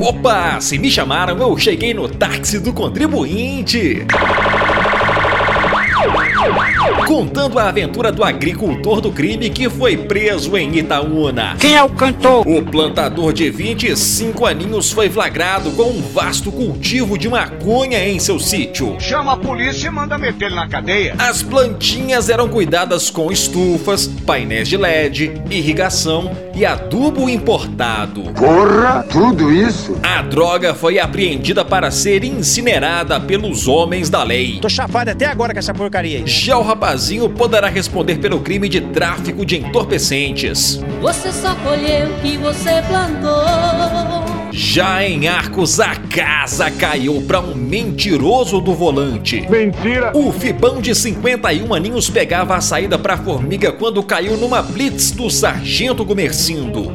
Opa, se me chamaram, eu cheguei no táxi do contribuinte. Contando a aventura do agricultor do crime que foi preso em Itaúna. Quem é o cantor? O plantador de 25 aninhos foi flagrado com um vasto cultivo de maconha em seu sítio. Chama a polícia e manda meter ele na cadeia. As plantinhas eram cuidadas com estufas, painéis de LED, irrigação e adubo importado. Porra, tudo isso? A droga foi apreendida para ser incinerada pelos homens da lei. Tô chafado até agora com essa porcaria aí. Já o rapazinho poderá responder pelo crime de tráfico de entorpecentes. Você só colheu o que você plantou. Já em Arcos, a casa caiu para um mentiroso do volante. Mentira! O fibão de 51 aninhos pegava a saída para formiga quando caiu numa blitz do sargento Gumercindo.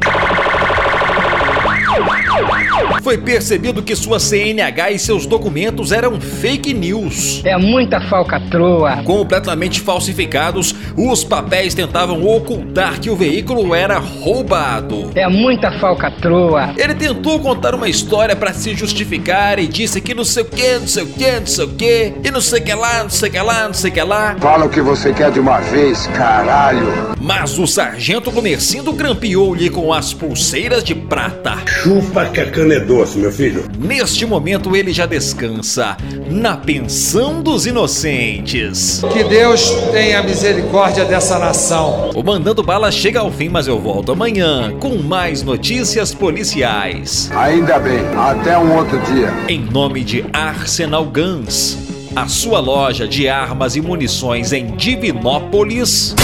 Foi percebido que sua CNH e seus documentos eram fake news. É muita falcatrua. Completamente falsificados, os papéis tentavam ocultar que o veículo era roubado. É muita falcatrua. Ele tentou contar uma história pra se justificar e disse que não sei o que, não sei o que, não sei o que, e não sei o que lá, não sei o que lá, não sei o que lá. Fala o que você quer de uma vez, caralho. Mas o sargento Comercindo grampeou-lhe com as pulseiras de prata. Chupa que a cana é doce, meu filho. Neste momento ele já descansa na pensão dos inocentes. Que Deus tenha misericórdia dessa nação. O Mandando Bala chega ao fim, mas eu volto amanhã com mais notícias policiais. Ainda bem, até um outro dia. Em nome de Arsenal Guns, a sua loja de armas e munições em Divinópolis.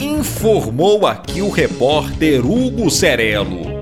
Informou aqui o repórter Hugo Cerelo.